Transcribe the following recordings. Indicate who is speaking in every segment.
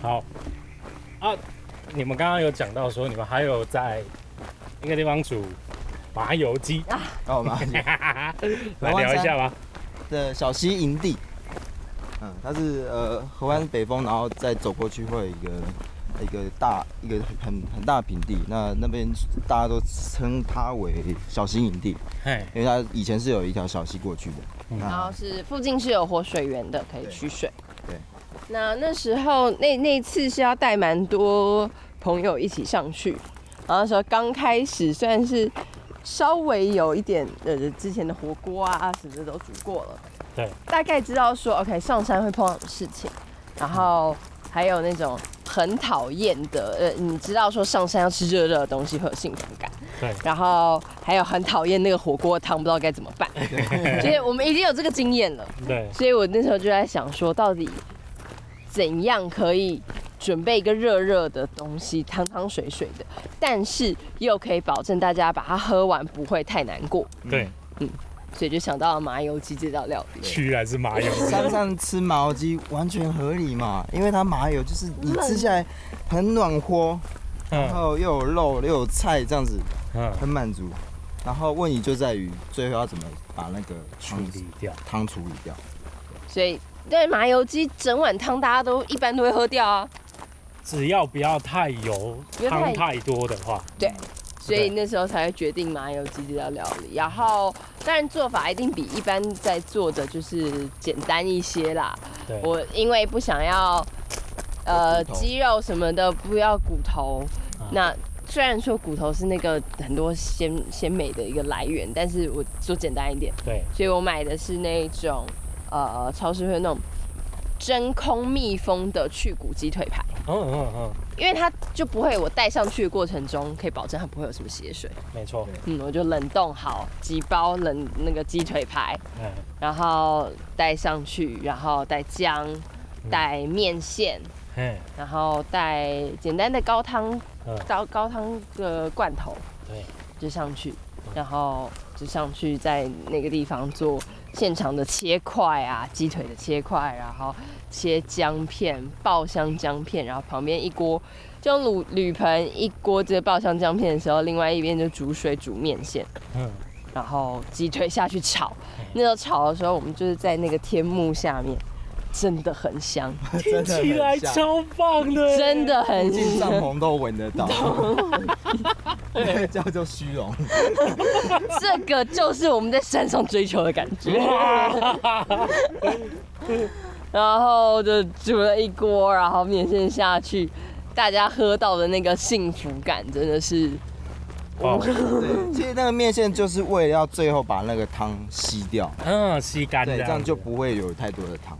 Speaker 1: 好啊，你们刚刚有讲到说你们还有在一个地方煮麻油鸡，
Speaker 2: 啊
Speaker 3: 哦，麻 油鸡
Speaker 1: 来聊一下吧。
Speaker 3: 的小溪营地，嗯，它是呃河湾北峰，然后再走过去会有一个呃一个大一个很很大的平地，那那边大家都称它为小溪营地，
Speaker 1: 嘿，
Speaker 3: 因为它以前是有一条小溪过去的。
Speaker 1: 嗯
Speaker 3: 那
Speaker 1: 啊
Speaker 2: 然 后是附近是有活水源的，可以取水。
Speaker 3: 对。
Speaker 2: 那那时候那那一次是要带蛮多朋友一起上去，然后那时候刚开始虽然是稍微有一点呃之前的火锅啊什么的都煮过了，
Speaker 1: 对，
Speaker 2: 大概知道说 OK 上山会碰到什么事情，然后还有那种很讨厌的呃，你知道说上山要吃热热的东西会有幸福感，
Speaker 1: 对
Speaker 2: 然后还有很讨厌那个火锅汤，不知道该怎么办， 就是我们已经有这个经验了。
Speaker 1: 对，
Speaker 2: 所以我那时候就在想说，到底怎样可以准备一个热热的东西，汤汤水水的，但是又可以保证大家把它喝完不会太难过，
Speaker 1: 对，
Speaker 2: 所以就想到了麻油鸡这道料理。
Speaker 1: 居然是麻油鸡，
Speaker 3: 嗯山上吃麻油鸡完全合理嘛，因为它麻油就是你吃下来很暖和，然
Speaker 1: 嗯
Speaker 3: 后又有肉又有菜，这样子
Speaker 1: 嗯，
Speaker 3: 很满足。然后问题就在于最后要怎么把那个
Speaker 1: 处
Speaker 3: 汤
Speaker 1: 理掉，
Speaker 3: 汤处理掉。
Speaker 2: 所以对麻油鸡整碗汤，大家都一般都会喝掉啊。
Speaker 1: 只要不要太油，
Speaker 2: 不要
Speaker 1: 汤
Speaker 2: 太
Speaker 1: 太多的话，
Speaker 2: 所以那时候才会决定麻油鸡这道料理，然后当然做法一定比一般在做的就是简单一些啦，
Speaker 1: 对，
Speaker 2: 我因为不想要，呃，
Speaker 3: 骨头
Speaker 2: 肌肉什么的，不要骨头。
Speaker 1: 啊
Speaker 2: 那虽然说骨头是那个很多鲜鲜美的一个来源，但是我说简单一点，
Speaker 1: 对，
Speaker 2: 所以我买的是那种呃，超市会那种真空密封的去骨鸡腿排，
Speaker 1: 嗯嗯嗯，
Speaker 2: 因为它就不会我带上去的过程中可以保证它不会有什么血水。
Speaker 1: 没错，
Speaker 2: 嗯，我就冷冻好几包冷那个鸡腿排，
Speaker 1: 嗯，
Speaker 2: 然后带上去，然后带姜，带面线，
Speaker 1: 嘿，
Speaker 2: 然后带简单的高汤
Speaker 1: 嗯，
Speaker 2: 高高汤的罐头，
Speaker 1: 对，
Speaker 2: 就上去，然后就上去在那个地方做现场的切块啊，鸡腿的切块，然后切姜片，爆香姜片，然后旁边一锅就用铝铝盆一锅这个爆香姜片的时候，另外一边就煮水煮面线，
Speaker 1: 嗯，
Speaker 2: 然后鸡腿下去炒。那时候炒的时候，我们就是在那个天幕下面，真的很香，
Speaker 1: 听起来超棒的，
Speaker 2: 真的很
Speaker 3: 进
Speaker 2: 香
Speaker 3: 帐。篷都闻得到， 那个叫做虚荣。
Speaker 2: 这个就是我们在山上追求的感觉。然后就煮了一锅，然后面线下去，大家喝到的那个幸福感真的是
Speaker 1: 哦，
Speaker 3: 对，其实那个面线就是为了要最后把那个汤吸掉，
Speaker 1: 嗯，吸干的，
Speaker 3: 对，这样就不会有太多的汤。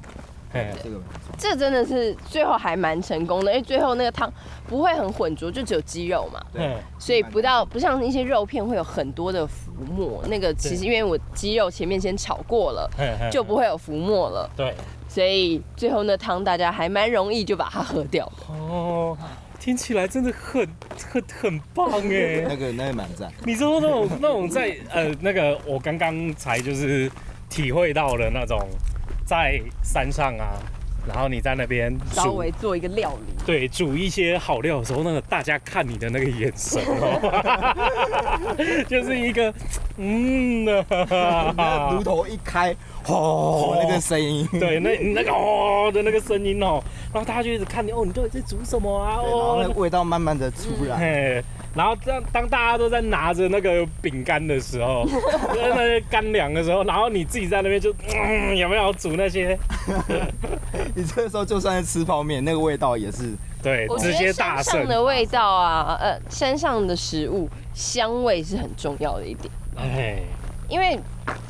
Speaker 1: 嘿，
Speaker 3: 这个没错。
Speaker 2: 这真的是最后还蛮成功的，因为最后那个汤不会很浑浊，就只有鸡肉嘛，
Speaker 1: 嗯，
Speaker 2: 所以不到不像一些肉片会有很多的浮沫。那个其实因为我鸡肉前面先炒过了，
Speaker 1: 嘿嘿
Speaker 2: 就不会有浮沫了，
Speaker 1: 嗯对，
Speaker 2: 所以最后那汤大家还蛮容易就把它喝掉。
Speaker 1: 哦，听起来真的很很很棒哎
Speaker 3: 那。个那个蛮赞，
Speaker 1: 你知道那种那种在呃那个我刚刚才就是体会到的那种，在山上啊，然后你在那边
Speaker 2: 稍
Speaker 1: 煮
Speaker 2: 微做一个料理，
Speaker 1: 对煮一些好料的时候，那个大家看你的那个眼神 哦，就是一个嗯
Speaker 3: 那
Speaker 1: 啊
Speaker 3: 炉，头一开，吼，那个声音，
Speaker 1: 对那那个哦的那个声音哦，然后大家就一直看你哦，你到底在煮什么啊？
Speaker 3: 对然后
Speaker 1: 哦
Speaker 3: 那，个味道慢慢的出来，
Speaker 1: 嘿，然后当当大家都在拿着那个饼干的时候， 就是那些干粮的时候，然后你自己在那边就，嗯，有没有煮那些？
Speaker 3: 你这个时候就算是吃泡面，那个味道也是
Speaker 1: 对，
Speaker 2: 我觉
Speaker 1: 直
Speaker 2: 得
Speaker 1: 接大
Speaker 2: 山
Speaker 1: 胜
Speaker 2: 哎上。的味道啊，呃，山上的食物香味是很重要的一点，
Speaker 1: 哎，
Speaker 2: 因为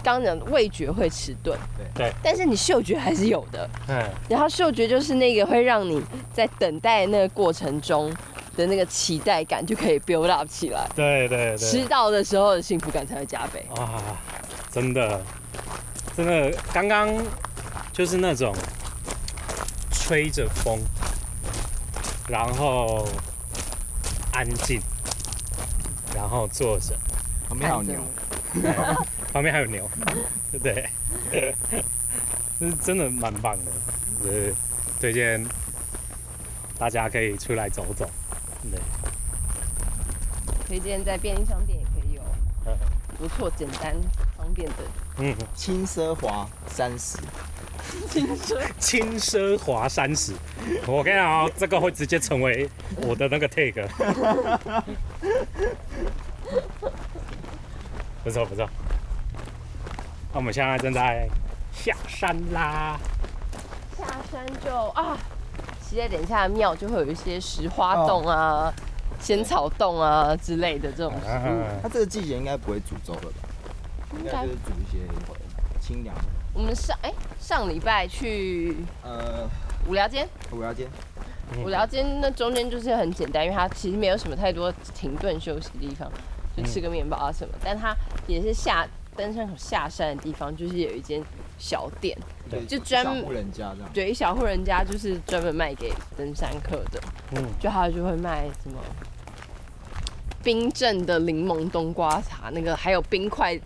Speaker 2: 刚刚讲味觉会迟钝，
Speaker 1: 对，
Speaker 2: 但是你嗅觉还是有的，
Speaker 1: 嗯，
Speaker 2: 然后嗅觉就是那个会让你在等待那个过程中的那个期待感就可以 build up 起来，
Speaker 1: 对对
Speaker 2: 吃
Speaker 1: 对，
Speaker 2: 到的时候的幸福感才会加
Speaker 3: 哦
Speaker 2: 倍。
Speaker 1: 哇，真的，真的，刚刚就是那种吹着风，然后安静，然后坐着，
Speaker 3: 旁边好牛，
Speaker 1: 旁边还有牛，对不对？ 这是真的蛮棒的，呃，推荐大家可以出来走走。对，
Speaker 2: 推荐在便利商店也可以有
Speaker 1: 嗯
Speaker 2: 不错、简单、方便的
Speaker 1: 嗯，
Speaker 3: 轻奢华三十，
Speaker 2: 轻奢。
Speaker 1: 轻奢华三十，我跟你讲哦，这个会直接成为我的那个 tag。不错不错，那我们现在正在下山啦。
Speaker 2: 下山就啊，期待等一下庙就会有一些石花洞
Speaker 3: 哦
Speaker 2: 啊、仙草洞啊之类的这种
Speaker 1: 啊
Speaker 3: 它这个季节应该不会煮粥了吧？应该就是煮一些清凉的。
Speaker 2: 我们上哎、上礼拜去
Speaker 3: 呃，
Speaker 2: 无聊间，
Speaker 3: 五条街，
Speaker 1: 嗯
Speaker 2: 无聊间那中间就是很简单，因为它其实没有什么太多停顿休息的地方，就吃
Speaker 1: 嗯
Speaker 2: 个面包啊什么。但它也是下登山口下山的地方，就是有一间小店，
Speaker 1: 对
Speaker 3: 一个
Speaker 2: 就专
Speaker 3: 小户人家这样。
Speaker 2: 对，一小户人家就是专门卖给登山客的，
Speaker 1: 嗯，
Speaker 2: 就他就会卖什么冰镇的柠檬冬瓜茶，那个还有冰块，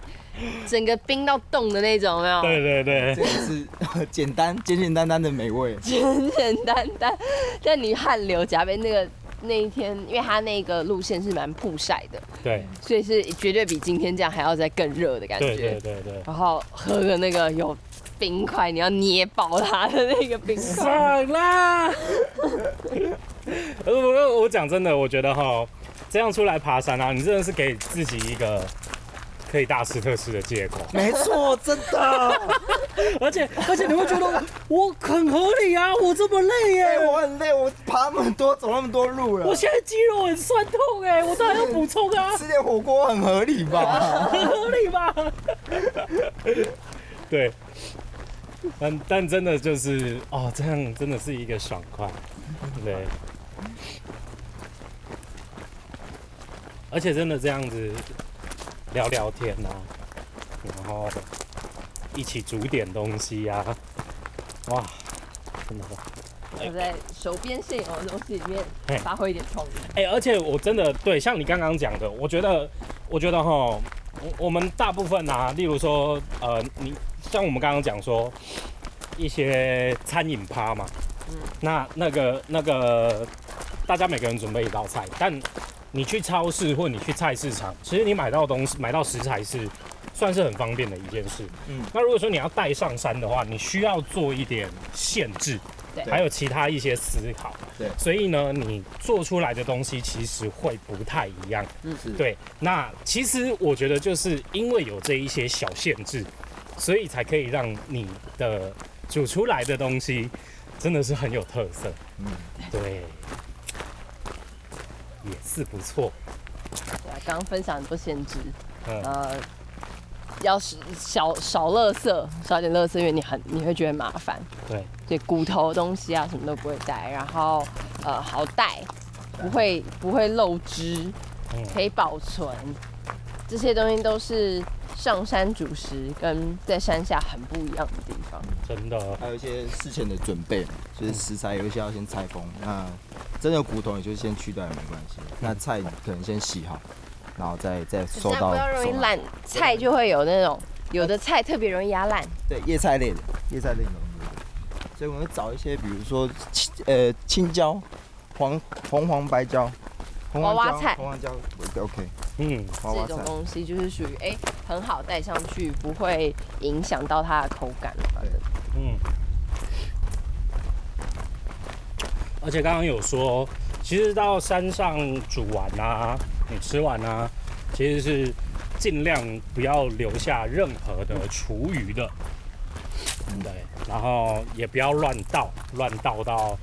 Speaker 2: 整个冰到冻的那种，有没有？
Speaker 1: 对对对
Speaker 3: 这，个是 简单、简简单单的美味。
Speaker 2: 简简单单，但你汗流浃背。那个那一天，因为它那个路线是蛮曝晒的，
Speaker 1: 对
Speaker 2: 所以是绝对比今天这样还要再更热的感觉。
Speaker 1: 对对对对。
Speaker 2: 然后喝个那个有冰块，你要捏爆它的那个 冰块，
Speaker 1: 爽啦！呃我我讲真的，我觉得哈，这样出来爬山啊，你真的是给自己一个可以大吃特吃的借口，
Speaker 3: 没错，真的。
Speaker 1: 而且而且你会觉得我很合理啊，我这么累耶、
Speaker 3: 哎，我很累，我爬那么多，走那么多路了
Speaker 1: 我，现在肌肉很酸痛哎、我当然要补充啊，
Speaker 3: 吃点火锅很合理 吧？
Speaker 1: 很合理吧？ 对，但但真的就是哦，这样真的是一个爽快，对。而且真的这样子聊聊天呐、然后一起煮点东西呀、哇，真的。
Speaker 2: 我在手边现有的东西里面
Speaker 1: 嘿
Speaker 2: 发挥一点创意。
Speaker 1: 哎、而且我真的对，像你刚刚讲的，我觉得，我觉得哈，我我们大部分啊，例如说，呃，你像我们刚刚讲说一些餐饮趴嘛，
Speaker 2: 嗯
Speaker 1: 那那个那个，大家每个人准备一道菜，但你去超市或你去菜市场，其实你买到东西、买到食材是算是很方便的一件事。
Speaker 3: 嗯
Speaker 1: 那如果说你要带上山的话，你需要做一点限制，
Speaker 2: 对
Speaker 1: 还有其他一些思考，
Speaker 3: 对
Speaker 1: 所以呢，你做出来的东西其实会不太一样。
Speaker 3: 是，
Speaker 1: 对，那其实我觉得就是因为有这一些小限制，所以才可以让你的煮出来的东西真的是很有特色。
Speaker 3: 嗯，
Speaker 1: 对，也是不错。
Speaker 2: 对啊，刚刚分享很多限制，
Speaker 1: 嗯，
Speaker 2: 呃，要是少少垃圾，少点垃圾，因为你很你会觉得很麻烦，
Speaker 1: 对，
Speaker 2: 所以骨头东西啊什么都不会带，然后呃好带，不会不会漏汁，
Speaker 1: 嗯，
Speaker 2: 可以保存，这些东西都是上山主食跟在山下很不一样的地方。
Speaker 1: 真的，
Speaker 3: 还有一些事前的准备，就是食材有一些要先拆封。那真的有骨头，你就先去掉也没关系。那菜你可能先洗好，然后再再收
Speaker 2: 这样
Speaker 3: 到
Speaker 2: 不要容易
Speaker 3: 手拿。
Speaker 2: 烂，菜就会有那种有的菜特别容易压烂，
Speaker 3: 对，叶菜类的，叶菜类的东西。所以我们会找一些，比如说青呃青椒、黄红黄白椒、红黄
Speaker 2: 娃娃
Speaker 3: 椒
Speaker 2: 菜
Speaker 3: 红黄椒 OK
Speaker 1: 嗯，
Speaker 3: 娃
Speaker 2: 这
Speaker 3: 娃
Speaker 2: 种
Speaker 3: 菜。
Speaker 2: 东西就是属于哎很好带上去，不会影响到它的口感。
Speaker 1: 嗯，而且刚刚有说，其实到山上煮完啊，你吃完啊，其实是尽量不要留下任何的厨余的，对，然后也不要乱倒，乱倒到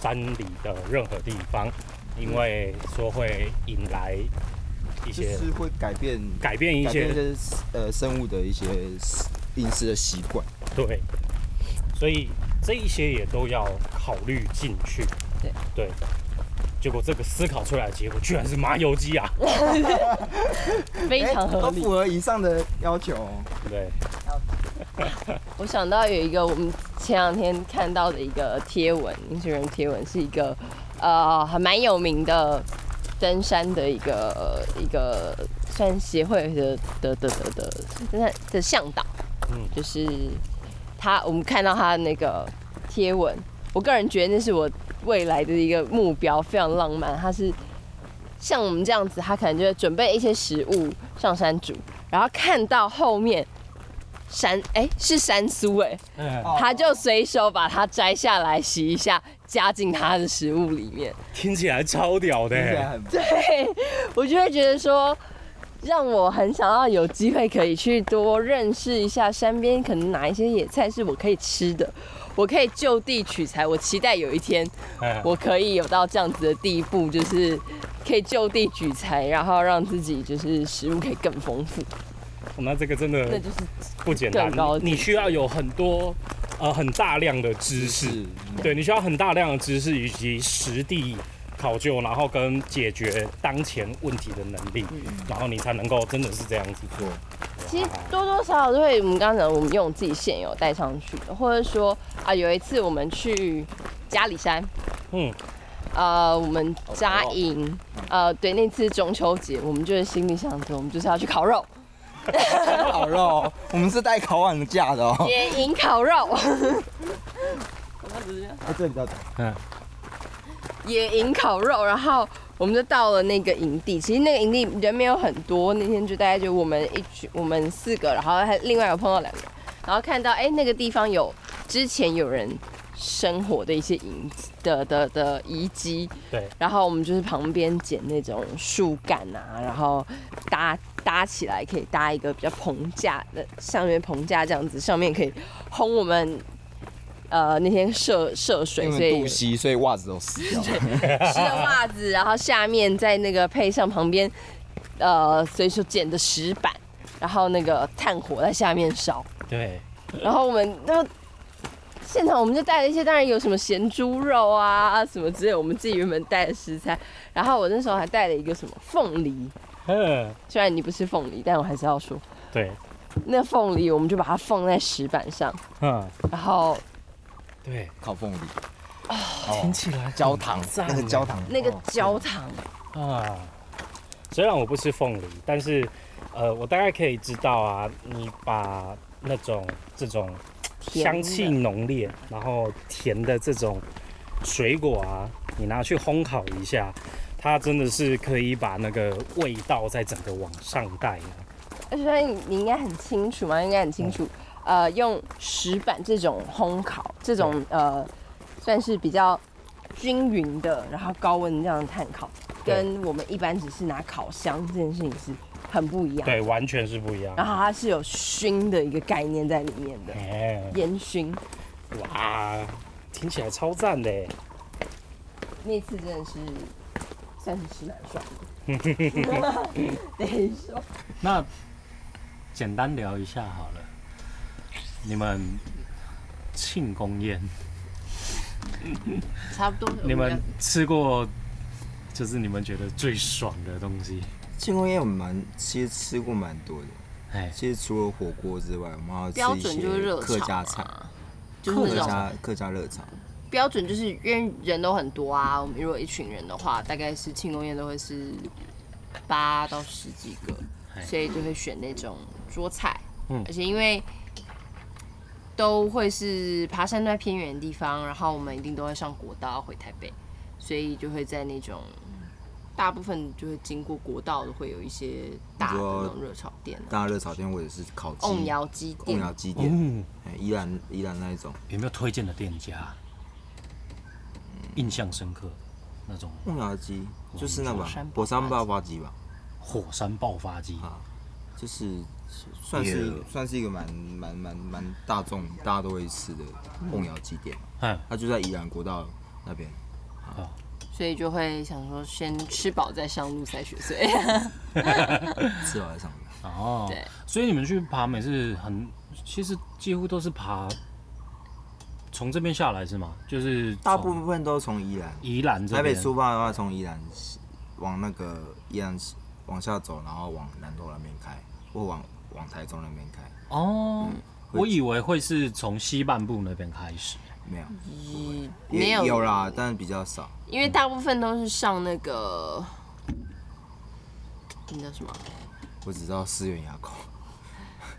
Speaker 1: 山里的任何地方，因为说会引来一
Speaker 3: 就
Speaker 1: 些
Speaker 3: 是会改变
Speaker 1: 改变一
Speaker 3: 改
Speaker 1: 些
Speaker 3: 变一些呃生物的一些饮食的习惯。
Speaker 1: 对，所以这一些也都要考虑进去。
Speaker 2: 对
Speaker 1: 对，结果这个思考出来的结果居然是麻油鸡啊！
Speaker 2: 非常合
Speaker 3: 哎都
Speaker 2: 理
Speaker 3: 符。合以上的要求哦。
Speaker 1: 对，
Speaker 2: 我想到有一个我们前两天看到的一个贴文，Instagram 贴文是一个呃还蛮有名的登山的一个一个算协会的的的的的登山的向导，
Speaker 1: 嗯
Speaker 2: 就是他我们看到他那个贴文，我个人觉得那是我未来的一个目标，非常浪漫。他是像我们这样子，他可能就会准备一些食物上山煮，然后看到后面山，哎、是山苏哎、
Speaker 1: 嗯，
Speaker 3: 哦
Speaker 2: 他就随手把它摘下来洗一下，加进他的食物里 面。
Speaker 1: 听起来超屌的
Speaker 3: 听起来
Speaker 1: 欸，
Speaker 3: 很
Speaker 2: 对，我就会觉得说，让我很想要有机会可以去多认识一下山边，可能哪一些野菜是我可以吃的，我可以就地取材。我期待有一天
Speaker 1: 嗯
Speaker 2: 我可以有到这样子的地步，就是可以就地取材，然后让自己就是食物可以更丰富。
Speaker 1: 那这个真
Speaker 2: 那
Speaker 1: 的
Speaker 2: 就是
Speaker 1: 不简单
Speaker 2: 更高，级
Speaker 1: 你需要有很多呃很大量的知识，
Speaker 3: 是
Speaker 1: 对你需要很大量的知识以及实地考究，然后跟解决当前问题的能力，然后你才能够真的是这样子做。
Speaker 2: 其实多多少少都会，我们刚刚讲，我们用自己现有带上去的，或者说啊，有一次我们去嘉里山，
Speaker 1: 嗯，
Speaker 2: 呃，我们扎营，呃，对，那次中秋节，我们就是心里想着，我们就是要去烤肉，
Speaker 3: 烤肉，哦我们是带烤碗架的哦。
Speaker 2: 野营烤肉，
Speaker 3: 哎，这里比较大。
Speaker 2: 野营烤肉，然后我们就到了那个营地，其实那个营地人没有很多，那天就大概就我们一群，我们四个，然后还另外有碰到两个人，然后看到哎、那个地方有之前有人生活的一些遗的的的遗迹，
Speaker 1: 对，
Speaker 2: 然后我们就是旁边捡那种树干啊，然后搭搭起来可以搭一个比较棚架的，上面棚架这样子，上面可以烘我们。呃，那天涉涉水，
Speaker 3: 因
Speaker 2: 所以
Speaker 3: 为
Speaker 2: 有
Speaker 3: 肚脐，所以袜子都湿掉了。
Speaker 2: 湿的袜 子，然后下面再那个配上旁边呃随手捡的石板，然后那个炭火在下面烧，
Speaker 1: 对，
Speaker 2: 然后我们那现场我们就带了一些，当然有什么咸猪肉啊什么之类，我们自己原本带的食材，然后我那时候还带了一个什么凤梨，
Speaker 1: 嗯，
Speaker 2: 虽然你不吃凤梨，但我还是要说
Speaker 1: 对，
Speaker 2: 那凤梨，我们就把它放在石板上，
Speaker 1: 嗯，
Speaker 2: 然后
Speaker 1: 对，
Speaker 3: 烤凤梨，
Speaker 2: 哦
Speaker 1: 听起来
Speaker 3: 焦糖，
Speaker 1: 赞
Speaker 3: 那个焦糖，
Speaker 2: 那个
Speaker 3: 哦
Speaker 2: 焦糖，
Speaker 1: 啊，虽然我不吃凤梨，但是呃，我大概可以知道啊，你把那种这种
Speaker 2: 甜的
Speaker 1: 香气浓烈，然后甜的这种水果啊，你拿去烘烤一下，它真的是可以把那个味道再整个往上带啊。
Speaker 2: 而且你你应该很清楚嘛，应该很清楚。呃，用石板这种烘烤，这种呃，算是比较均匀的，然后高温这样的炭烤，
Speaker 1: 对
Speaker 2: 跟我们一般只是拿烤箱这件事情是很不一样。
Speaker 1: 对，完全是不一样。
Speaker 2: 然后它是有熏的一个概念在里面的，
Speaker 1: 哎、
Speaker 2: 烟熏。
Speaker 1: 哇，听起来超赞的耶。欸
Speaker 2: 那次真的是算是吃蛮爽的， 等于说
Speaker 1: 那简单聊一下好了，你们庆功宴，
Speaker 2: 差不多。
Speaker 1: 你们吃过就是你们觉得最爽的东西？
Speaker 3: 庆功宴我们蛮其实吃过蛮多的，
Speaker 1: 哎，
Speaker 3: 其实除了火锅之外，我们还要
Speaker 2: 标
Speaker 3: 吃一
Speaker 2: 准就是
Speaker 3: 些
Speaker 2: 热
Speaker 3: 客
Speaker 2: 炒
Speaker 3: 家
Speaker 2: 啊
Speaker 3: 菜，
Speaker 2: 就是
Speaker 3: 客
Speaker 2: 那种
Speaker 3: 家客家热炒，
Speaker 2: 标准就是因为人都很多啊，我们如果一群人的话，大概是庆功宴都会是八到十几个，
Speaker 1: 哎
Speaker 2: 所以就会选那种桌菜，
Speaker 1: 嗯
Speaker 2: 而且因为都会是爬山都在偏远的地方，然后我们一定都会上国道回台北，所以就会在那种大部分就会经过国道的会有一些大的
Speaker 3: 你说
Speaker 2: 那种热炒店啊，
Speaker 3: 大家热炒店或者是烤鸡，
Speaker 2: 瓮窑鸡
Speaker 3: 瓮
Speaker 2: 店，
Speaker 3: 窑鸡店，
Speaker 1: 嗯，
Speaker 3: 哎宜兰宜兰那一种，
Speaker 1: 有没有推荐的店家？印象深刻那种
Speaker 3: 瓮窑鸡就是那个
Speaker 2: 火山爆
Speaker 3: 火山
Speaker 2: 发
Speaker 3: 爆发鸡吧，
Speaker 1: 火山爆发鸡，
Speaker 3: 啊就是算是算是一个蛮蛮蛮蛮大众大家都会吃的瓮窑鸡店，
Speaker 1: 嗯，
Speaker 3: 它就在宜兰国道那边，
Speaker 2: 所以就会想说先吃饱再上路赛雪隧。
Speaker 3: 吃完上面，
Speaker 1: 哦
Speaker 2: 对，
Speaker 1: 所以你们去爬每次很，其实几乎都是爬从这边下来是吗？就是从
Speaker 3: 大部分都从宜兰。
Speaker 1: 宜兰这
Speaker 3: 台
Speaker 1: 边
Speaker 3: 北出发的话，从宜兰往那个宜兰往下走，然后往南投那边开，或往往台中那边开，
Speaker 1: 哦，
Speaker 3: 会
Speaker 1: 我以为会是从西半部那边开始。
Speaker 3: 没有，
Speaker 2: 咦
Speaker 3: 也
Speaker 2: 没有
Speaker 3: 有啦，但是比较少。
Speaker 2: 因为大部分都是上那个，那叫什么？
Speaker 3: 我只知道思源垭口，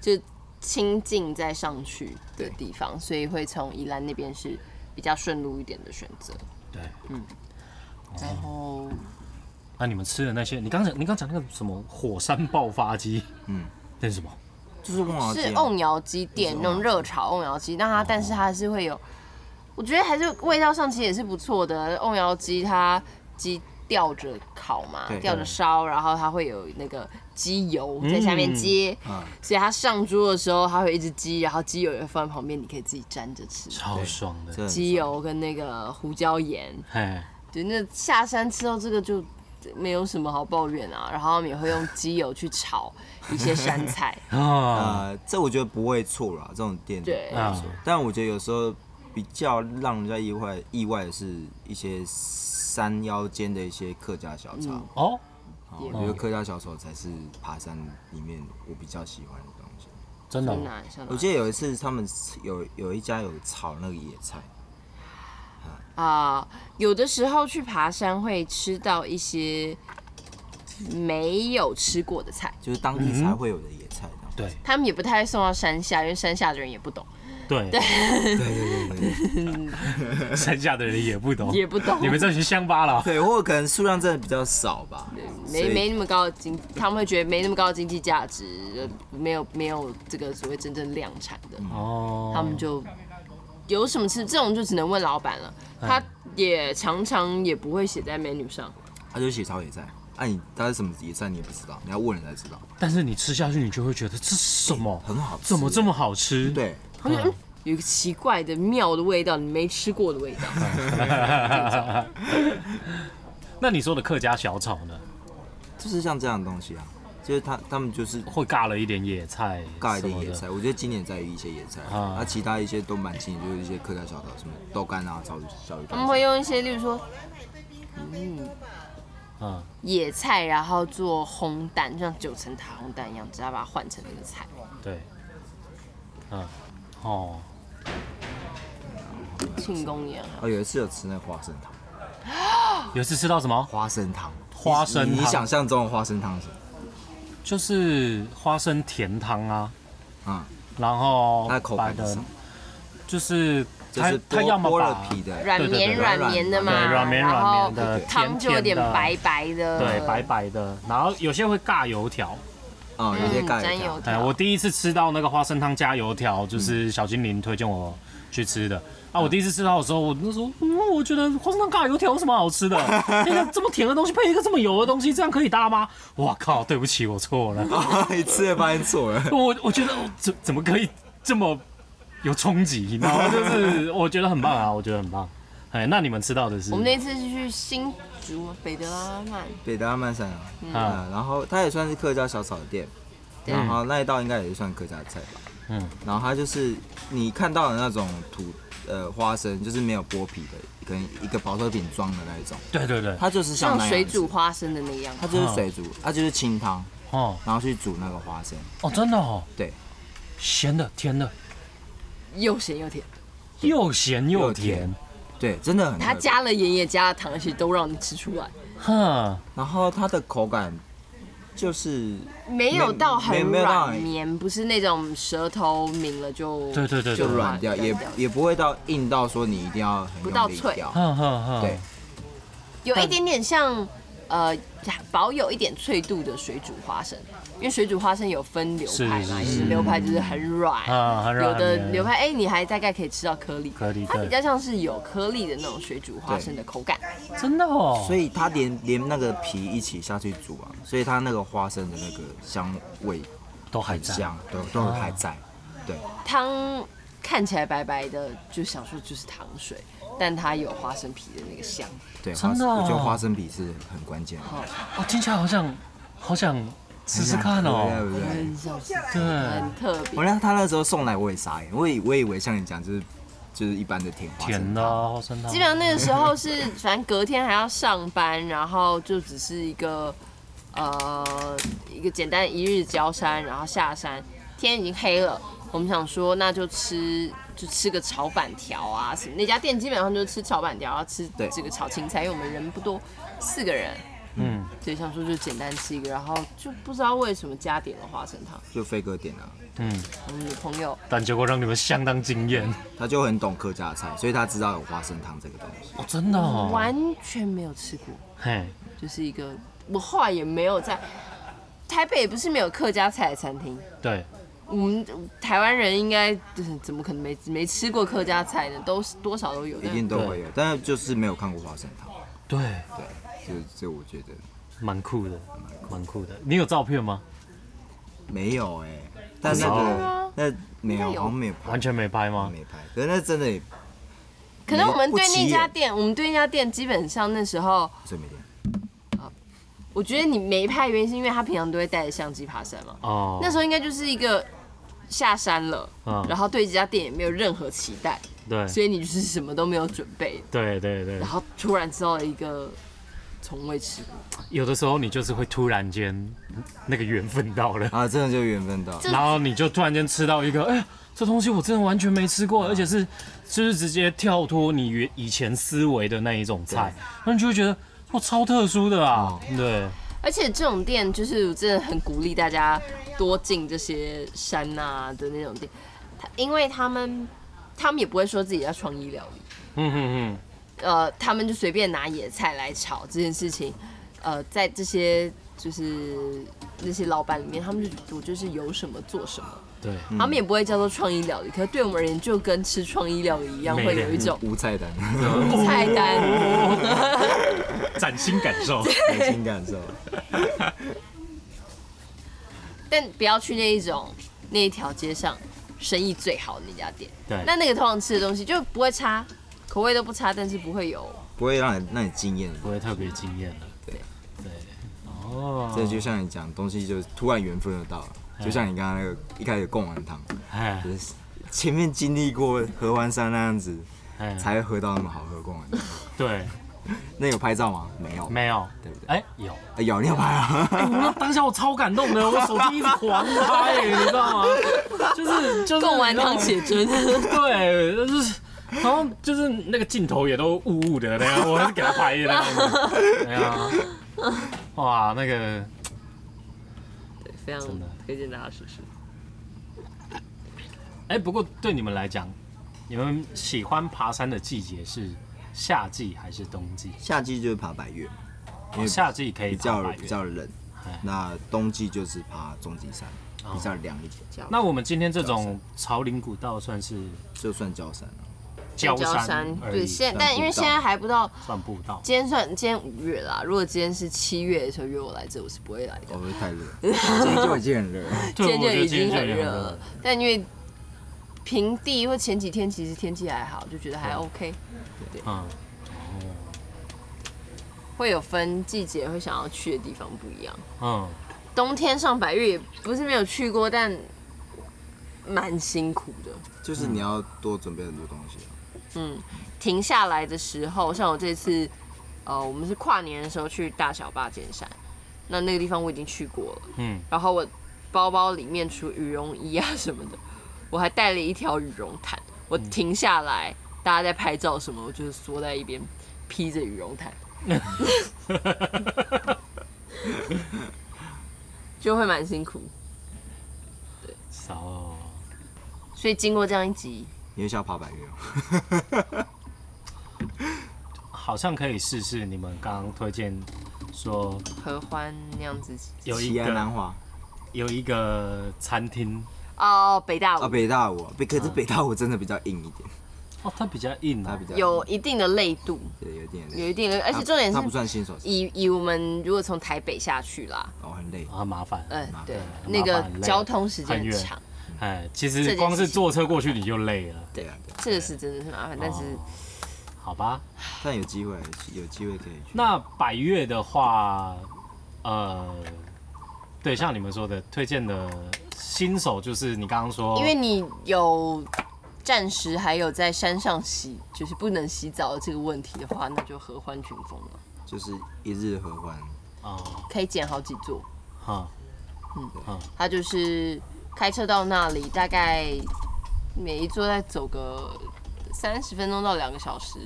Speaker 2: 就清近再上去的地方，所以会从宜兰那边是比较顺路一点的选择。
Speaker 1: 对对，
Speaker 2: 然后
Speaker 1: 那你们吃的那些，你刚讲你刚讲那个什么火山爆发鸡，
Speaker 3: 嗯，
Speaker 1: 那是什么？
Speaker 3: 就是忘了
Speaker 2: 是
Speaker 3: 哦
Speaker 2: 哦
Speaker 3: 煎
Speaker 2: 瓮窑鸡店
Speaker 3: 是瓮窑
Speaker 2: 那种热炒瓮窑鸡，那
Speaker 3: 哦
Speaker 2: 它但是它还是会有，我觉得还是味道上其实也是不错的。瓮窑鸡它鸡吊着烤嘛
Speaker 3: 对，
Speaker 2: 吊着烧，然后它会有那个鸡油在下面接，
Speaker 3: 嗯
Speaker 2: 所以它上桌的时候它会有一只鸡，然后鸡油也会放在旁边，你可以自己沾着吃。
Speaker 1: 超爽
Speaker 3: 这
Speaker 1: 的，
Speaker 3: 很
Speaker 2: 鸡油跟那个胡椒盐，
Speaker 1: 哎，
Speaker 2: 对，那下山吃到这个就没有什么好抱怨啊。然后他们也会用鸡油去炒一些山菜，
Speaker 1: 啊
Speaker 3: 呃，这我觉得不会错啦，这种店
Speaker 2: 对
Speaker 1: 啊，
Speaker 3: 但我觉得有时候比较让人家意外意外的是一些山腰间的一些客家小炒，
Speaker 2: 嗯
Speaker 1: 哦，
Speaker 3: 啊我觉得客家小炒才是爬山里面我比较喜欢的东西。
Speaker 1: 真的
Speaker 2: 像
Speaker 1: 哦
Speaker 2: 哪像哪
Speaker 3: 我记得有一次他们有有一家有炒那个野菜，
Speaker 2: 啊、有的时候去爬山会吃到一些没有吃过的菜，
Speaker 3: 就是当
Speaker 1: 嗯
Speaker 3: 地才会有的野菜。这
Speaker 1: 对
Speaker 3: 样
Speaker 2: 他们也不太会送到山下，因为山下的人也不懂，
Speaker 1: 对，
Speaker 3: 对对对对，
Speaker 1: 剩下的人也不懂，
Speaker 2: 也不懂，
Speaker 1: 哦 你们这群乡巴佬，
Speaker 3: 对，或者可能数量真的比较少吧。所
Speaker 2: 没
Speaker 3: 以
Speaker 2: 没那么高的经，他们会觉得没那么高的经济价值，呃没有没有这个所谓真正量产的，
Speaker 1: 哦，
Speaker 2: 他们就有什么吃，这种就只能问老板了。
Speaker 1: 嗯
Speaker 2: 他也常常也不会写在 menu 上，
Speaker 3: 他就写炒野菜，那、你它是什么野菜你也不知道，你要问人才知道。
Speaker 1: 但是你吃下去，你就会觉得这是什么？
Speaker 3: 很好吃
Speaker 1: 怎么这么好吃？，
Speaker 3: 对，
Speaker 2: 他们就、嗯、有一个奇怪的妙的味道，你没吃过的味道。
Speaker 1: 那你说的客家小炒呢？
Speaker 3: 就是像这样的东西啊，就是他他们就是
Speaker 1: 会尬了一点野菜，
Speaker 3: 尬一点野菜，我觉得今年在于一些野菜，那、
Speaker 1: 啊
Speaker 3: 其他一些都蛮经典，就是一些客家小炒，什么豆干啊、炒小鱼
Speaker 2: 他
Speaker 3: 干
Speaker 2: 们会用一些，例如说
Speaker 1: 啊，
Speaker 2: 野菜，然后做烘蛋，就像九层塔烘蛋一样，只要把它换成那个菜。
Speaker 1: 嗯，对，嗯，哦，
Speaker 2: 庆功宴啊，
Speaker 3: 哦，有一次有吃那个花生糖，
Speaker 1: 有一次吃到什么？
Speaker 3: 花生糖，
Speaker 1: 花生
Speaker 3: 你
Speaker 1: 汤
Speaker 3: 你想象中的花生糖是什么？
Speaker 1: 就是花生甜汤啊，
Speaker 3: 嗯，
Speaker 1: 然后
Speaker 3: 它的口
Speaker 1: 摆
Speaker 3: 感是
Speaker 1: 的
Speaker 3: 什么？
Speaker 1: 就是
Speaker 3: 就
Speaker 1: 它
Speaker 3: 是
Speaker 1: 它要
Speaker 3: 剥
Speaker 1: 么
Speaker 3: 剥
Speaker 1: 把
Speaker 3: 了皮的，
Speaker 2: 软
Speaker 1: 对对
Speaker 2: 绵
Speaker 1: 对
Speaker 2: 软绵的嘛，
Speaker 1: 对软绵软绵的
Speaker 2: 然后
Speaker 1: 甜
Speaker 2: 汤就有
Speaker 1: 甜
Speaker 2: 点
Speaker 1: 的
Speaker 2: 白白的，
Speaker 1: 对
Speaker 3: 嗯
Speaker 1: 白白的，然后有些会尬油条。
Speaker 3: 啊、嗯，有些
Speaker 2: 嗯，
Speaker 3: 盖
Speaker 2: 沾油
Speaker 1: 哎，
Speaker 2: 条。
Speaker 1: 我第一次吃到那个花生汤加油条，
Speaker 3: 嗯
Speaker 1: 就是小精灵推荐我去吃的。啊，我第一次吃到的时候，我那时候，嗯，我觉得花生汤尬油条有什么好 吃的？那个这么甜的东西配一个这么油的东西，这样可以搭吗？哇靠，对不起，我错了。
Speaker 3: 你吃了发现错了，
Speaker 1: 我我觉得我怎怎么可以这么有冲击？你知道 吗？就是我觉得很棒啊，我觉得很棒。哎，那你们吃到的是？
Speaker 2: 我们那次是去新竹北德拉曼，
Speaker 3: 北大曼山啊，嗯
Speaker 1: 啊
Speaker 3: 然后它也算是客家小炒店，
Speaker 2: 对
Speaker 3: 然后那一道应该也是算客家菜吧，
Speaker 1: 嗯
Speaker 3: 然后它就是你看到的那种土呃花生，就是没有剥皮的，可能一个保特瓶装的那一种，
Speaker 1: 对对对，
Speaker 3: 它就是像
Speaker 2: 像
Speaker 3: 那样
Speaker 2: 水
Speaker 3: 子
Speaker 2: 煮，花生的那样。
Speaker 3: 它就是水煮，它就是清汤，
Speaker 1: 哦
Speaker 3: 然后去煮那个花生，
Speaker 1: 哦，真的哦，
Speaker 3: 对，
Speaker 1: 咸的、甜的，
Speaker 2: 又咸又甜，
Speaker 1: 又咸又
Speaker 3: 又甜
Speaker 1: 甜，
Speaker 3: 对，真的很特别。
Speaker 2: 它加了盐也加了糖，而且都让你吃出来，
Speaker 1: 哼，
Speaker 3: 然后它的口感就是
Speaker 2: 没有到很
Speaker 3: 没有到
Speaker 2: 软绵，不是那种舌头抿了就
Speaker 1: 对对对
Speaker 3: 就
Speaker 1: 对
Speaker 3: 软掉，也也不会到硬到说你一定要很
Speaker 2: 不到
Speaker 3: 用力
Speaker 2: 脆
Speaker 3: 咬
Speaker 1: 哼哼哼，
Speaker 3: 对，
Speaker 2: 有
Speaker 1: 嗯
Speaker 2: 一点点像，呃，保有一点脆度的水煮花生，因为水煮花生有分流派
Speaker 1: 是
Speaker 2: 嘛，
Speaker 1: 是
Speaker 2: 有
Speaker 1: 是
Speaker 2: 些流派就是很软，
Speaker 1: 啊很软
Speaker 2: 有的
Speaker 1: 对
Speaker 2: 流派哎、你还大概可以吃到颗粒，
Speaker 1: 颗粒
Speaker 2: 它
Speaker 1: 对
Speaker 2: 比较像是有颗粒的那种水煮花生的口感，
Speaker 1: 真的哦，
Speaker 3: 所以它连连那个皮一起下去煮啊，所以它那个花生的那个香味
Speaker 1: 都还
Speaker 3: 很
Speaker 1: 在。
Speaker 3: 香，都都还在。对，
Speaker 2: 汤看起来白白的，就想说就是糖水，但它有花生皮的那个香，
Speaker 3: 对，
Speaker 1: 真
Speaker 3: 花
Speaker 1: 的
Speaker 3: 生，
Speaker 1: 哦
Speaker 3: 我觉得花生皮是很关键的，
Speaker 1: 哦，听起来好想好想试试看
Speaker 3: 对
Speaker 1: 哦。
Speaker 3: 不对？啊
Speaker 2: 很像是
Speaker 1: 对，
Speaker 2: 很特别
Speaker 3: 我。让他那时候送来，我也傻眼，我以我以为像你讲就是就是一般的甜花生
Speaker 1: 甜的啊花生汤，
Speaker 2: 基本上那个时候是，反正隔天还要上班，然后就只是一个呃一个简单的一日郊山，然后下山，天已经黑了，我们想说那就吃就吃个炒板条啊什么，那家店基本上就是吃炒板条，然后吃
Speaker 3: 对
Speaker 2: 这个炒青菜，因为我们人不多，四个人，
Speaker 1: 嗯，
Speaker 2: 所以想说就简单吃一个，然后就不知道为什么加点了花生汤。
Speaker 3: 就飞哥点啊，
Speaker 1: 嗯，
Speaker 2: 我们的朋友
Speaker 1: 但结果让你们相当惊
Speaker 2: 嗯
Speaker 1: 艳
Speaker 3: 他就很懂客家菜，所以他知道有花生汤这个东西。
Speaker 1: 哦，真的哦，
Speaker 2: 嗯完全没有吃过，
Speaker 1: 嘿，
Speaker 2: 就是一个我后来也没有在台北，也不是没有客家菜的餐厅。
Speaker 1: 对，
Speaker 2: 我们台湾人应该就是怎么可能没没吃过客家菜呢？都是多少都有，
Speaker 3: 一
Speaker 2: 但
Speaker 3: 定都会有，但就是没有看过花生汤。
Speaker 1: 对，
Speaker 3: 对，就就我觉得
Speaker 1: 蛮酷的，蛮酷的。你有照片吗？
Speaker 3: 没有哎、但那
Speaker 1: 真的
Speaker 3: 个那没有，
Speaker 2: 应该有
Speaker 3: 好像没有拍，
Speaker 1: 完全没拍吗？
Speaker 3: 没拍。可是那真的也
Speaker 2: 可能我们对
Speaker 3: 不起
Speaker 2: 那
Speaker 3: 眼
Speaker 2: 家店，我们对那家店基本上那时候，
Speaker 3: 真没点。
Speaker 2: 我觉得你没拍的原因是因为他平常都会带着相机爬山嘛。
Speaker 1: 哦，
Speaker 2: 那时候应该就是一个下山了，
Speaker 1: 嗯
Speaker 2: 然后对这家店也没有任何期待，
Speaker 1: 对，
Speaker 2: 所以你就是什么都没有准备，
Speaker 1: 对对对
Speaker 2: 然，后突然知道了一个从未吃过，
Speaker 1: 有的时候你就是会突然间嗯那个缘分到 了，
Speaker 3: 啊，真的就缘分到。
Speaker 2: 这
Speaker 1: 然后你就突然间吃到一个，哎、呀，这东西我真的完全没吃过，
Speaker 2: 嗯
Speaker 1: 而且是就是直接跳脱你原以前思维的那一种菜，那你就会觉得哇超特殊的啊，
Speaker 2: 哦
Speaker 1: 对，
Speaker 2: 而且这种店就是我真的很鼓励大家多进这些山呐、的那种店，它因为他们他们也不会说自己要创意料理，
Speaker 1: 嗯哼哼，
Speaker 2: 呃，他们就随便拿野菜来炒这件事情，呃，在这些就是那些老板里面，他们就我就是有什么做什么。
Speaker 1: 对，
Speaker 2: 他们也不会叫做创意料理，可是对我们而言，就跟吃创意料理一样，
Speaker 1: 没
Speaker 2: 会有一种
Speaker 3: 无菜单，
Speaker 2: 菜单。
Speaker 1: 崭新感受，
Speaker 3: 开心感受。
Speaker 2: 但不要去那一种那一条街上生意最好的那家店。
Speaker 1: 对
Speaker 2: 那那个通常吃的东西就不会差，口味都不差，但是不会 有
Speaker 3: 不会让你让你惊艳。
Speaker 1: 不会特别惊艳了，
Speaker 3: 对
Speaker 1: 对，哦，
Speaker 3: 这就像你讲，东西就突然缘分就到了，就像你刚刚那个一开始贡丸汤，
Speaker 1: 哎
Speaker 3: 就是前面经历过合欢山那样子，
Speaker 1: 哎，
Speaker 3: 才会喝到那么好喝贡丸汤。
Speaker 1: 对，
Speaker 3: 那有拍照吗？没有，
Speaker 1: 没有，
Speaker 3: 对不对？
Speaker 1: 哎、有。
Speaker 3: 哎有，你有拍啊？
Speaker 1: 我那当下我超感动的，我手机一直狂拍、 你知道吗？就是就是
Speaker 2: 贡丸汤
Speaker 1: 你
Speaker 2: 写真。
Speaker 1: 知道吗对，就是。然后就是那个镜头也都雾雾的那样，我还是给他拍的那样子。对啊，哇，那个
Speaker 2: 对， 非常
Speaker 1: 真的
Speaker 2: 推荐大家试试。
Speaker 1: 哎、不过对你们来讲，你们喜欢爬山的季节是夏季还是冬季？哦
Speaker 3: 夏季就是爬白月，因为
Speaker 1: 夏季可以
Speaker 3: 比
Speaker 1: 爬
Speaker 3: 较
Speaker 1: 百
Speaker 3: 比
Speaker 1: 岳。
Speaker 3: 较冷
Speaker 1: 哎，
Speaker 3: 那冬季就是爬终极山，
Speaker 1: 哦
Speaker 3: 比较凉一点，
Speaker 1: 那我们今天这种朝林古道算是
Speaker 3: 就算高山了。
Speaker 1: 郊山而
Speaker 2: 对，
Speaker 1: 已，
Speaker 2: 现
Speaker 3: 算
Speaker 2: 但因为
Speaker 3: 步道
Speaker 2: 现在还不到，
Speaker 1: 算步道。
Speaker 2: 今天算今天五月啦。如果今天是七月的时候约我来这，我是不会来的。
Speaker 3: 哦，太 热，今天就已经很热了。
Speaker 1: 对
Speaker 2: 今天
Speaker 1: 我觉得
Speaker 2: 就已经
Speaker 1: 今天
Speaker 2: 很
Speaker 1: 就很
Speaker 2: 热了，但因为平地或前几天其实天气还好，就觉得还 OK。
Speaker 1: 嗯，
Speaker 2: 会有分季节，会想要去的地方不一样。
Speaker 1: 嗯，
Speaker 2: 冬天上百越也不是没有去过，但蛮辛苦的。
Speaker 3: 就是你要多准备很多东西啊。
Speaker 2: 停下来的时候，像我这次，呃，我们是跨年的时候去大小坝尖山，那那个地方我已经去过了。
Speaker 1: 嗯，
Speaker 2: 然后我包包里面除羽绒衣啊什么的，我还带了一条羽绒毯。我停下来，大家在拍照什么，我就是缩在一边披着羽绒毯，
Speaker 1: 嗯
Speaker 2: 就会蛮辛苦。
Speaker 1: 少
Speaker 2: 所以经过这样一集，
Speaker 3: 你会想要爬百越啊吗？
Speaker 1: 好像可以试试你们刚刚推荐说
Speaker 2: 合欢那样子
Speaker 1: 有一
Speaker 3: 西安
Speaker 2: 啊
Speaker 3: 南
Speaker 1: 个
Speaker 3: 华
Speaker 1: 有一个餐厅
Speaker 2: 哦，北大
Speaker 3: 啊，
Speaker 2: 武
Speaker 3: 北大我，北可是北大我真的比较硬一点，
Speaker 1: 哦，它比较硬
Speaker 3: 它
Speaker 1: 啊
Speaker 3: 比，较硬
Speaker 2: 有一定的累度，
Speaker 3: 对有一点
Speaker 2: 有
Speaker 3: 累，
Speaker 2: 一定的，而且重点
Speaker 3: 它它不
Speaker 2: 是
Speaker 3: 算新手，
Speaker 2: 以以我们如果从台北下去啦，
Speaker 3: 哦很累，
Speaker 1: 很麻烦。
Speaker 2: 嗯、
Speaker 3: 麻烦
Speaker 2: 对，
Speaker 1: 很
Speaker 2: 那个
Speaker 1: 麻烦很累
Speaker 2: 交通时间
Speaker 1: 很
Speaker 2: 很
Speaker 1: 远
Speaker 2: 长，
Speaker 1: 哎，其
Speaker 2: 这
Speaker 1: 实
Speaker 2: 件
Speaker 1: 光是
Speaker 2: 事情
Speaker 1: 坐车过去你就累了，
Speaker 3: 对啊，对啊
Speaker 2: 这个是真的是麻烦，但是
Speaker 1: 哦好吧？
Speaker 3: 但有机会有机会可以去。
Speaker 1: 那百越的话，呃，对，像你们说的，推荐的新手就是你刚刚说，
Speaker 2: 因为你有暂时还有在山上洗，就是不能洗澡的这个问题的话，那就合欢群峰了，
Speaker 3: 就是一日合欢，
Speaker 1: 哦，
Speaker 2: 可以捡好几座。
Speaker 1: 哈，
Speaker 2: 它就是开车到那里，大概每一座再走个三十分钟到两个小时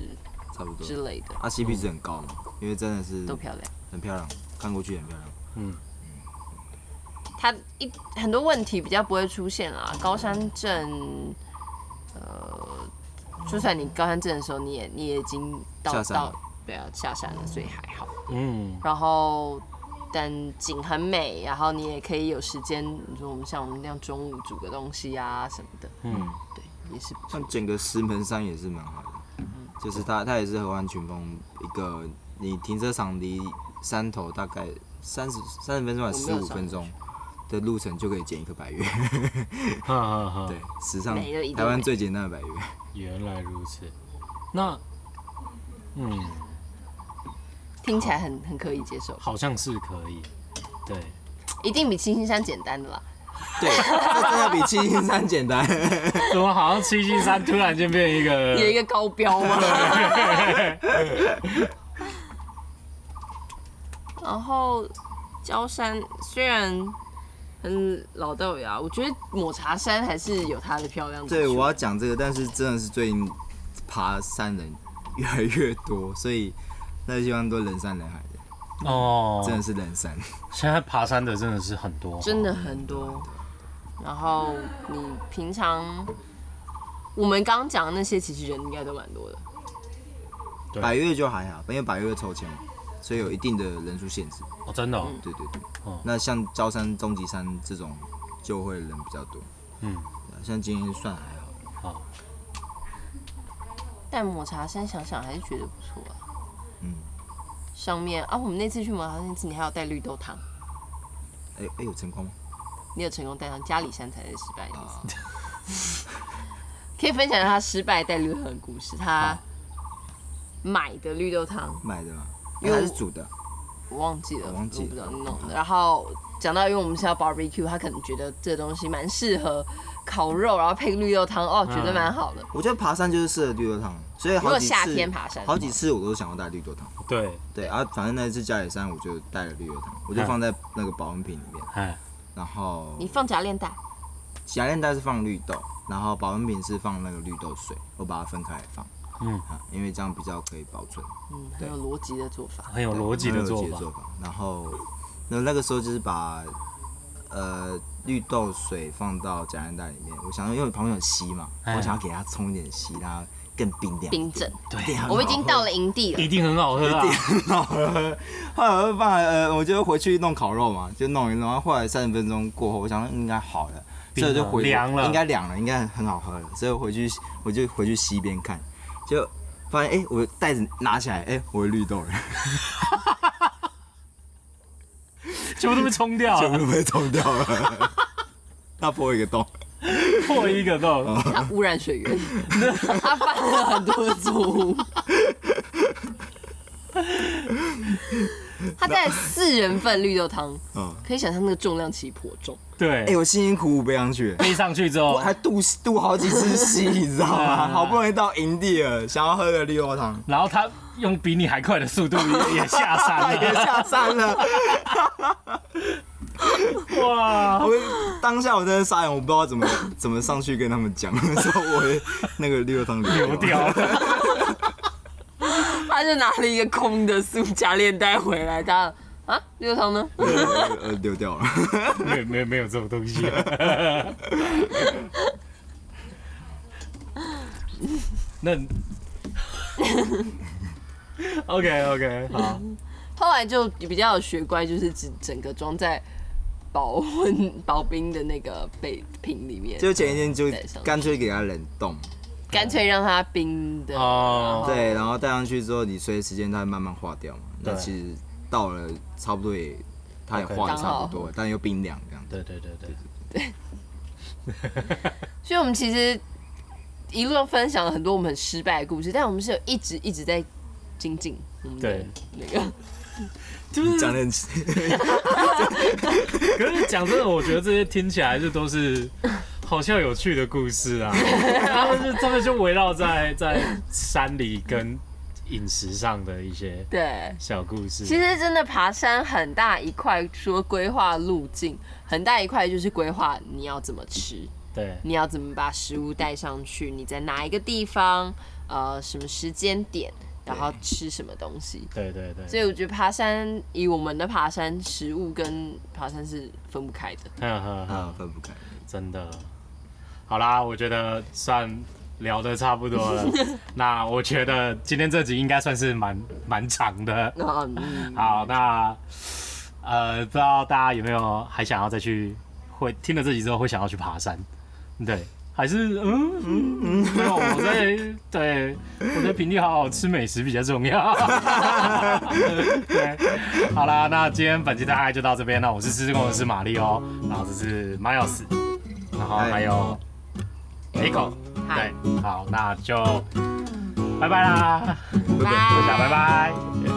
Speaker 3: 差不
Speaker 2: 之
Speaker 3: 多。
Speaker 2: 类的，
Speaker 3: 啊，CP 值很高嘛，因为真的是
Speaker 2: 都漂亮。
Speaker 3: 很漂亮，看过去很漂亮。
Speaker 2: 它一很多问题比较不会出现啦。高山症，呃，就算你高山症的时候，你也你也已经到
Speaker 3: 下山了
Speaker 2: 到对啊下山了，所以还好。
Speaker 1: 嗯，
Speaker 2: 然后但景很美，然后你也可以有时间，你说我们像我们那样中午煮个东西啊什么的，
Speaker 1: 嗯，
Speaker 2: 对，也是不错。
Speaker 3: 像整个石门山也是蛮好的，就是它它也是河湾群峰一个，你停车场离山头大概三十三十分钟还是
Speaker 2: 我
Speaker 3: 十
Speaker 2: 没有
Speaker 3: 五
Speaker 2: 上
Speaker 3: 分钟的路程就可以捡一个百月，
Speaker 1: 哈哈哈。
Speaker 3: 对，史上
Speaker 2: 美了一定
Speaker 3: 台湾
Speaker 2: 美
Speaker 3: 最简单的百月。
Speaker 1: 原来如此。那，嗯，
Speaker 2: 听起来很很可以接受，
Speaker 1: 好像是可以。对，
Speaker 2: 一定比七星山简单的啦。
Speaker 3: 对，这真的比七星山简单。
Speaker 1: 怎么好像七星山突然间变一 个？
Speaker 2: 有一个高标吗？ 然后焦山虽然很老掉牙，我觉得抹茶山还是有它的漂亮 之
Speaker 3: 对，
Speaker 2: 处。
Speaker 3: 我要讲这个，但是真的是最近爬山人越来越多，所以那地方都人山人海的，
Speaker 1: 哦，
Speaker 3: 真的是人山。
Speaker 1: 现在爬山的真的是很多，
Speaker 2: 真的很多。然后你平常我们刚刚讲的那些，其实人应该都蛮多的。
Speaker 1: 对
Speaker 3: 百越就还好，因为百越抽签，所以有一定的人数限制。
Speaker 1: 哦，真的哦、
Speaker 2: 嗯
Speaker 3: 对对对，
Speaker 1: 哦
Speaker 3: 那像高山、终极山这种就会人比较多。
Speaker 1: 嗯
Speaker 3: 对啊，像今天算还好，
Speaker 2: 但抹茶山想想还是觉得不错啊。
Speaker 3: 嗯，
Speaker 2: 上面啊，我们那次去抹茶山那次，你还有带绿豆汤，
Speaker 3: 哎、哎、有成功吗？
Speaker 2: 你有成功带上家里山才是失败的意思。
Speaker 3: 啊、
Speaker 2: 可以分享一下他失败带绿豆汤的故事。他买的绿豆汤
Speaker 3: 买的嘛，因
Speaker 2: 因为
Speaker 3: 为
Speaker 2: 我
Speaker 3: 它是煮的，
Speaker 2: 我忘记了，
Speaker 3: 我忘记了
Speaker 2: 不知道你弄的。然后讲到，因为我们是要 barbecue，他可能觉得这东西蛮适合烤肉，然后配绿豆汤，哦，
Speaker 1: 嗯
Speaker 2: 觉得蛮好的。
Speaker 3: 我觉得爬山就是适合绿豆汤，所以
Speaker 2: 如
Speaker 3: 好
Speaker 2: 果
Speaker 3: 几
Speaker 2: 夏
Speaker 3: 次
Speaker 2: 天爬山，
Speaker 3: 好几次我都想要带绿豆汤。
Speaker 1: 对，
Speaker 3: 对啊，反正那一次家里山我就带了绿豆汤，我就
Speaker 1: 嗯
Speaker 3: 放在那个保温瓶里面，
Speaker 1: 哎，
Speaker 3: 然后
Speaker 2: 你放夹链袋，
Speaker 3: 夹链袋是放绿豆，然后保温瓶是放那个绿豆水，我把它分开来放，
Speaker 1: 嗯
Speaker 3: 啊，因为这样比较可以保存。
Speaker 2: 嗯，
Speaker 3: 对
Speaker 2: 很有逻辑的做法。
Speaker 1: 很有
Speaker 3: 对
Speaker 1: 逻辑
Speaker 3: 蛮
Speaker 1: 的
Speaker 3: 有
Speaker 1: 做
Speaker 3: 逻
Speaker 1: 法，
Speaker 3: 法。然后，那那个时候就是把呃绿豆水放到夹链袋里面，我想说因为旁边有稀嘛，
Speaker 1: 哎
Speaker 3: 我想要给它冲一点稀，让它更冰凉。
Speaker 2: 冰镇，
Speaker 3: 对啊，
Speaker 2: 我们已经
Speaker 3: 然后
Speaker 2: 到了营地了
Speaker 1: 一。定很好喝啊！
Speaker 3: 后来我就放呃，我就回去弄烤肉嘛，就弄一弄。然后后来三十分钟过后，我想说应该好了，
Speaker 1: 冰
Speaker 3: 所以
Speaker 1: 了
Speaker 3: 我就回
Speaker 1: 凉了
Speaker 3: 应该凉了，应该很好喝了。所以我回去我就回去西边看，就发现哎、我袋子拿起来，哎、我的绿豆了，
Speaker 1: 全部都被冲掉
Speaker 3: 全
Speaker 1: 了，
Speaker 3: 部被冲掉了， 它破一个洞。
Speaker 1: 破一个洞，
Speaker 3: 哦
Speaker 2: 他污染水源， 他犯了很多的错误。他带了四人份绿豆汤，
Speaker 3: 嗯，
Speaker 2: 可以想象那个重量其实颇重。
Speaker 3: 哎、
Speaker 1: 对，
Speaker 3: 我辛辛苦苦背上去。
Speaker 1: 背上去之
Speaker 3: 我
Speaker 1: 后，
Speaker 3: 还渡渡好几次溪，你知道 吗？
Speaker 1: 嗯
Speaker 3: 好不容易到营地了，想要喝个绿豆汤，
Speaker 1: 然后他用比你还快的速度也也下 山
Speaker 3: 也
Speaker 1: 了，
Speaker 3: 下山了。
Speaker 1: 哇！
Speaker 3: 我当下我真的傻眼，我不知道怎么怎么上去跟他们讲，说我的那个绿豆汤
Speaker 1: 流
Speaker 3: 流
Speaker 1: 掉。了，
Speaker 2: 他就拿了一个空的塑胶链袋回来，他啊，绿豆汤呢？
Speaker 3: 呃，呃流掉了。
Speaker 1: 没有没有没有这种东西、 那 OK OK 好，
Speaker 2: 嗯后来就比较有学乖，就是整整个装在保温保冰的那个杯瓶里面，
Speaker 3: 就前一天就干脆给它冷冻，
Speaker 2: 干脆让它冰的。
Speaker 1: 哦
Speaker 3: 对，然后带上去之后，你随着时间它会慢慢化掉嘛。那
Speaker 1: 对
Speaker 3: 其实到了差不多也，它也
Speaker 1: OK
Speaker 3: 化的差不多了，但又冰凉这样。
Speaker 1: 对对对对，
Speaker 2: 所以我们其实一路上分享了很多我们很失败的故事，但我们是有一直一直在精进我们的
Speaker 1: 对
Speaker 2: 那个。
Speaker 1: 就是
Speaker 3: 讲的很，
Speaker 1: 可是讲真的，我觉得这些听起来就都是好像有趣的故事啊。他们就他们就围绕在 在山里跟饮食上的一些
Speaker 2: 对，
Speaker 1: 小故事。
Speaker 2: 其实真的爬山很大一块，说规划路径，很大一块就是规划你要怎么吃，
Speaker 1: 对，
Speaker 2: 你要怎么把食物带上去，你在哪一个地方，呃，什么时间点，然后吃什么东西。
Speaker 1: 对对对，
Speaker 2: 所以我觉得爬山以我们的爬山食物跟爬山是分不开的。
Speaker 1: 哈哈哈。
Speaker 3: 啊，分不开。
Speaker 1: 真的。好啦，我觉得算聊的差不多了。那我觉得今天这集应该算是蛮蛮长的。
Speaker 2: 那 嗯，
Speaker 1: 好，那呃，不知道大家有没有还想要再去会听了这集之后会想要去爬山？对，还是嗯嗯嗯，没有，我在对我在平地好好吃美食比较重要。对，好啦，那今天本期大概就到这边了。我是狮子工程师玛丽哦，然后这是 Miles，然后还有 Nico，
Speaker 2: 嗨
Speaker 1: 对，好，那就拜拜啦，
Speaker 2: 拜
Speaker 1: 大家拜拜。
Speaker 3: 耶